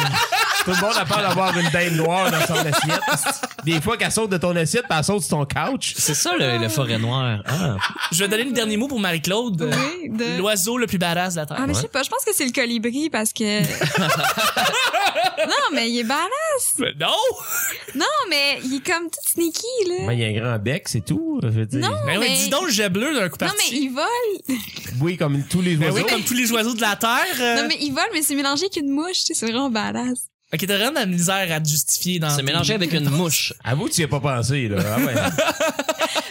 A: Tout le monde a peur d'avoir une dinde noire dans son assiette. Des fois qu'elle saute de ton assiette, puis elle saute sur ton couch.
B: C'est ça, le, le forêt noire. Ah.
C: Je vais donner le dernier mot pour Marie-Claude. Euh,
D: Oui, de...
C: L'oiseau le plus badass de la Terre.
D: Ah, mais je sais pas, je pense que c'est le colibri parce que. non, mais il est badass.
C: Mais non!
D: Non, mais il est comme tout sneaky, là.
A: Mais il y a un grand bec, c'est tout. Je veux dire.
D: Non,
C: Mais, oui,
D: mais-
C: dis donc, le jet bleu d'un coup
D: Non, mais
C: parti.
D: il vole.
A: Oui, comme tous les
C: Ben
A: oiseaux.
C: oui, comme tous les oiseaux de la Terre. euh,
D: Non, mais il vole, mais c'est mélangé avec une mouche, tu sais, c'est vraiment badass.
C: Ok, t'as vraiment de la misère à te justifier dans.
B: C'est
C: tes-
B: mélangé avec une mouche.
A: Avoue, tu y as pas pensé, là. Ah ouais.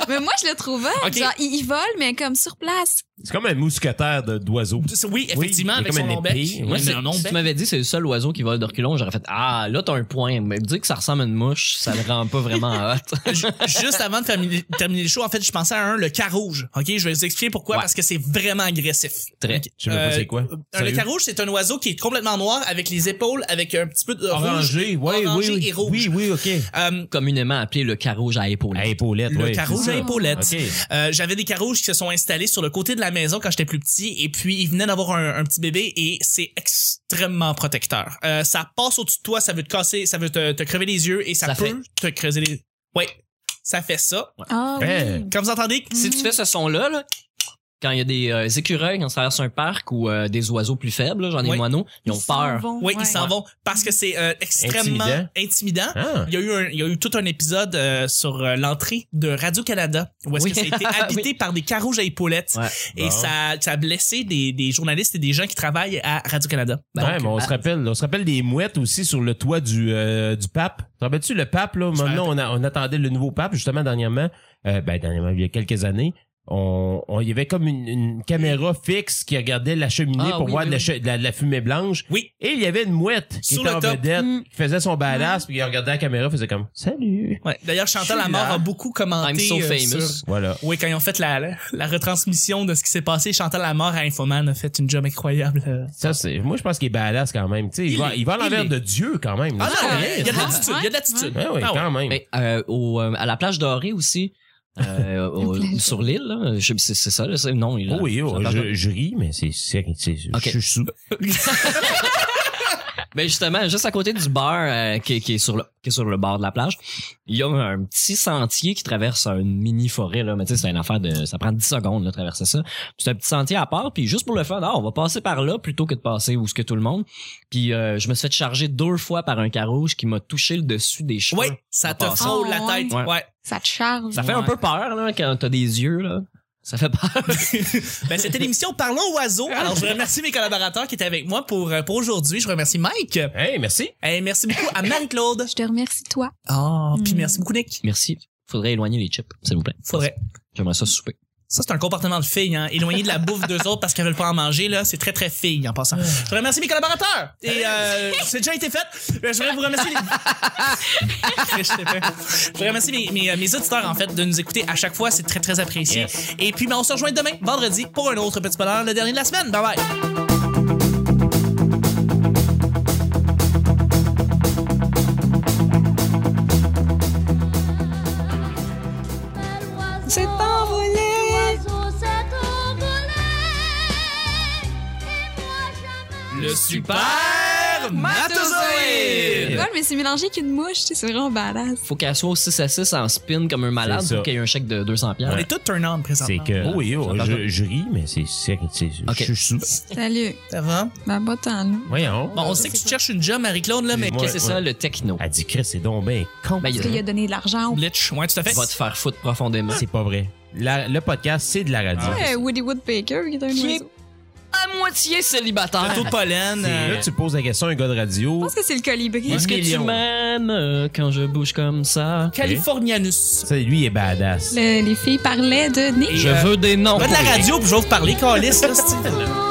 D: mais moi, je le trouvais.
C: Ok.
D: Genre, il, il vole, mais comme sur place.
A: C'est comme un mousquetaire de- d'oiseaux.
C: C'est- Oui,
A: Oui,
C: effectivement,
A: il y a
C: avec
A: comme
C: son
A: une
C: long bec.
A: épée.
B: Moi,
A: Oui,
B: c'est-
C: c'est un long
B: si tu
C: bec.
B: m'avais dit c'est le seul oiseau qui vole de reculons, j'aurais fait Ah, là, t'as un point. Mais dire que ça ressemble à une mouche, ça le rend pas vraiment hot.
C: Ju- Juste avant de terminer, terminer le show, en fait, je pensais à un, le cas rouge. Ok, je vais vous expliquer pourquoi,
B: Ouais.
C: parce que c'est vraiment agressif.
B: Très.
C: Ok,
A: Je sais même pas
C: euh,
A: c'est quoi.
C: Un- Le
A: Sérieux?
C: cas rouge, c'est un oiseau qui est complètement noir, avec les épaules, avec un petit peu de rouge.
A: Orangé, oui,
C: orangé
A: oui.
C: et rouge.
A: Oui, oui, ok.
C: Euh,
B: Communément appelé le carouge à épaules.
A: À épaulette,
C: le
A: oui.
C: cas rouge
A: c'est
C: à
A: ça.
C: épaulettes.
A: Ok.
C: Euh, j'avais des cas rouges qui se sont installés sur le côté de la maison quand j'étais plus petit et puis ils venaient d'avoir un, un petit bébé et c'est extrêmement protecteur. Euh, ça passe au-dessus de toi, ça veut te casser, ça veut te, te crever les yeux et ça,
B: Ça
C: peut
B: fait.
C: te creuser les... Ouais, ça fait ça.
D: Ah
A: Ben.
D: oui.
C: Quand vous entendez...
B: Si tu fais ce son-là, là, quand il y a des euh, écureuils, quand on traverse un parc ou euh, des oiseaux plus faibles, là, j'en ai
C: Oui.
B: moineaux, ils ont
D: s'en
B: peur.
D: vont,
C: Oui,
D: ouais.
C: ils s'en vont parce que c'est euh, extrêmement
A: Intimidant.
C: intimidant.
A: Ah.
C: Il y a eu un, il y a eu tout un épisode euh, sur euh, l'entrée de Radio Canada où est-ce
B: Oui.
C: que ça a été habité par des cas rouges à épaulettes
B: Ouais.
C: et
A: Bon.
C: ça, ça a blessé des, des journalistes et des gens qui travaillent à Radio Canada.
A: Ouais, mais on se rappelle, on se rappelle des mouettes aussi sur le toit du euh, du pape. T'en rappelles-tu le pape là Maintenant, on, a- on attendait le nouveau pape justement dernièrement. Euh, ben dernièrement, il y a quelques années, on on- il y avait comme une, une caméra fixe qui regardait la cheminée
B: Ah,
A: pour
B: oui,
A: voir
B: oui,
A: de, la,
B: oui.
A: che- de la- de la fumée blanche.
C: Oui.
A: Et il y avait une mouette qui
C: Sur
A: était
C: le
A: en
C: top.
A: vedette,
D: Mm.
A: qui faisait son badass, puis il regardait la caméra, faisait comme salut.
C: Ouais. D'ailleurs, Chantal
A: Je suis
C: Lamar
A: là.
C: a beaucoup
B: I'm
C: commenté
B: so
C: euh,
B: famous.
C: sur-
A: Voilà.
C: Oui, quand ils ont fait la, la, la retransmission de ce qui s'est passé, Chantal Lamar à Infoman a fait une job incroyable. euh.
A: Ça c'est, moi je pense qu'il est badass quand même. Tu sais, il,
C: Il
A: va,
C: est-
A: il va à
C: il
A: l'envers
C: est.
A: de Dieu quand même.
C: Ah non,
D: ouais.
C: il y a de
D: Ah,
C: l'attitude, il y a de l'attitude.
A: Ouais, ouais,
C: Ah ouais.
A: quand même.
B: Mais, euh, au, euh, à la plage dorée aussi, euh, au-
D: plage
B: sur l'île, là, je- c'est c'est ça, là, c'est- non, il
A: Oh oui, oh,
B: sur la plage
A: je, je ris, mais c'est, c'est, c'est-
B: Ok.
A: je suis sous.
B: Ben justement, juste à côté du bar euh, qui, qui est sur le qui est sur le bord de la plage, il y a un petit sentier qui traverse une mini forêt là, mais tu sais c'est une affaire de ça prend 10 secondes là, de traverser ça. C'est un petit sentier à part puis juste pour le fun, ah, on va passer par là plutôt que de passer où ce que tout le monde. Puis euh, je me suis fait charger deux fois par un carrouge qui m'a touché le dessus des cheveux.
C: Ouais, ça te
B: Ah,
C: frôle la
D: ouais.
C: tête.
B: Ouais.
C: Ouais.
D: Ça te charge.
B: Ça fait un peu peur là quand t'as des yeux là. Ça fait peur.
C: Ben, c'était l'émission Parlons oiseaux. Alors, je remercie mes collaborateurs qui étaient avec moi pour, euh, pour aujourd'hui. Je remercie Mike.
A: Hey, merci.
C: Et merci beaucoup à Marie-Claude.
D: Je te remercie, toi.
C: Oh, puis
D: Mm.
C: merci beaucoup, Nick.
B: Merci. Faudrait éloigner les chips, s'il vous plaît.
C: Faudrait.
B: J'aimerais ça souper.
C: Ça, c'est un comportement de fille, hein. Éloigner de la bouffe d'eux autres parce qu'elles veulent pas en manger, là. C'est très, très fille, en passant. Je remercie mes collaborateurs. Et, euh, c'est déjà été fait. Euh, Je voudrais vous remercier. les- je sais pas. Je remercie mes, mes, euh, mes auditeurs, en fait, de nous écouter à chaque fois. C'est très, très apprécié. Et puis, ben, on se rejoint demain, vendredi, pour un autre petit bonheur, le dernier de la semaine. Bye bye.
F: C'est envolé. L'oiseau s'est envolé. Et moi jamais.
C: Le super
D: Il
C: matozoïde.
D: vole, mais c'est mélangé avec une mouche, tu sais, c'est vraiment badass.
B: Faut qu'elle soit au 6 à 6 en spin comme un malade
A: C'est ça.
B: pour qu'il y ait un chèque de 200 pièces.
C: On est tous turn on
A: C'est
C: présentement.
A: que. Oh oui, oh,
B: Ça parle
A: je, je ris, mais c'est sec. c'est-
B: Ok.
A: Je suis sous.
D: Salut.
C: Ça va?
D: Ben, pas tant, là.
A: Voyons.
C: Bon, on sait que tu cherches une job, Marie-Claude, là, mais
A: Dis-moi.
B: Qu'est-ce
A: Ouais,
B: que c'est ça,
A: ouais.
B: le techno?
A: Elle dit, Chris, c'est donc ben con.
B: Ben, il y a-
D: Parce qu'il a donné de l'argent au
C: Blitch, ouais, tout à fait.
B: va te faire foutre profondément.
A: C'est pas vrai. La- le podcast, c'est de la radio.
D: Ouais, Woody Woodpecker, qui est un
B: Qui est-
D: oiseau.
B: À moitié célibataire.
C: Le taux de pollen.
A: C'est-
C: euh,
A: Là, tu poses la question à un gars de
D: Je
A: radio.
D: pense que c'est le colibri.
A: Ouais.
B: Est-ce que tu
A: Million.
B: m'aimes euh, quand je bouge comme ça?
C: Californianus.
A: Ça, lui, il est badass.
D: Le- les filles parlaient de Nick.
C: Et,
B: Je
C: euh,
B: veux des noms.
C: Va de la radio, puis je vais vous parler, Calis, là, c'est-tu?
F: L'oiseau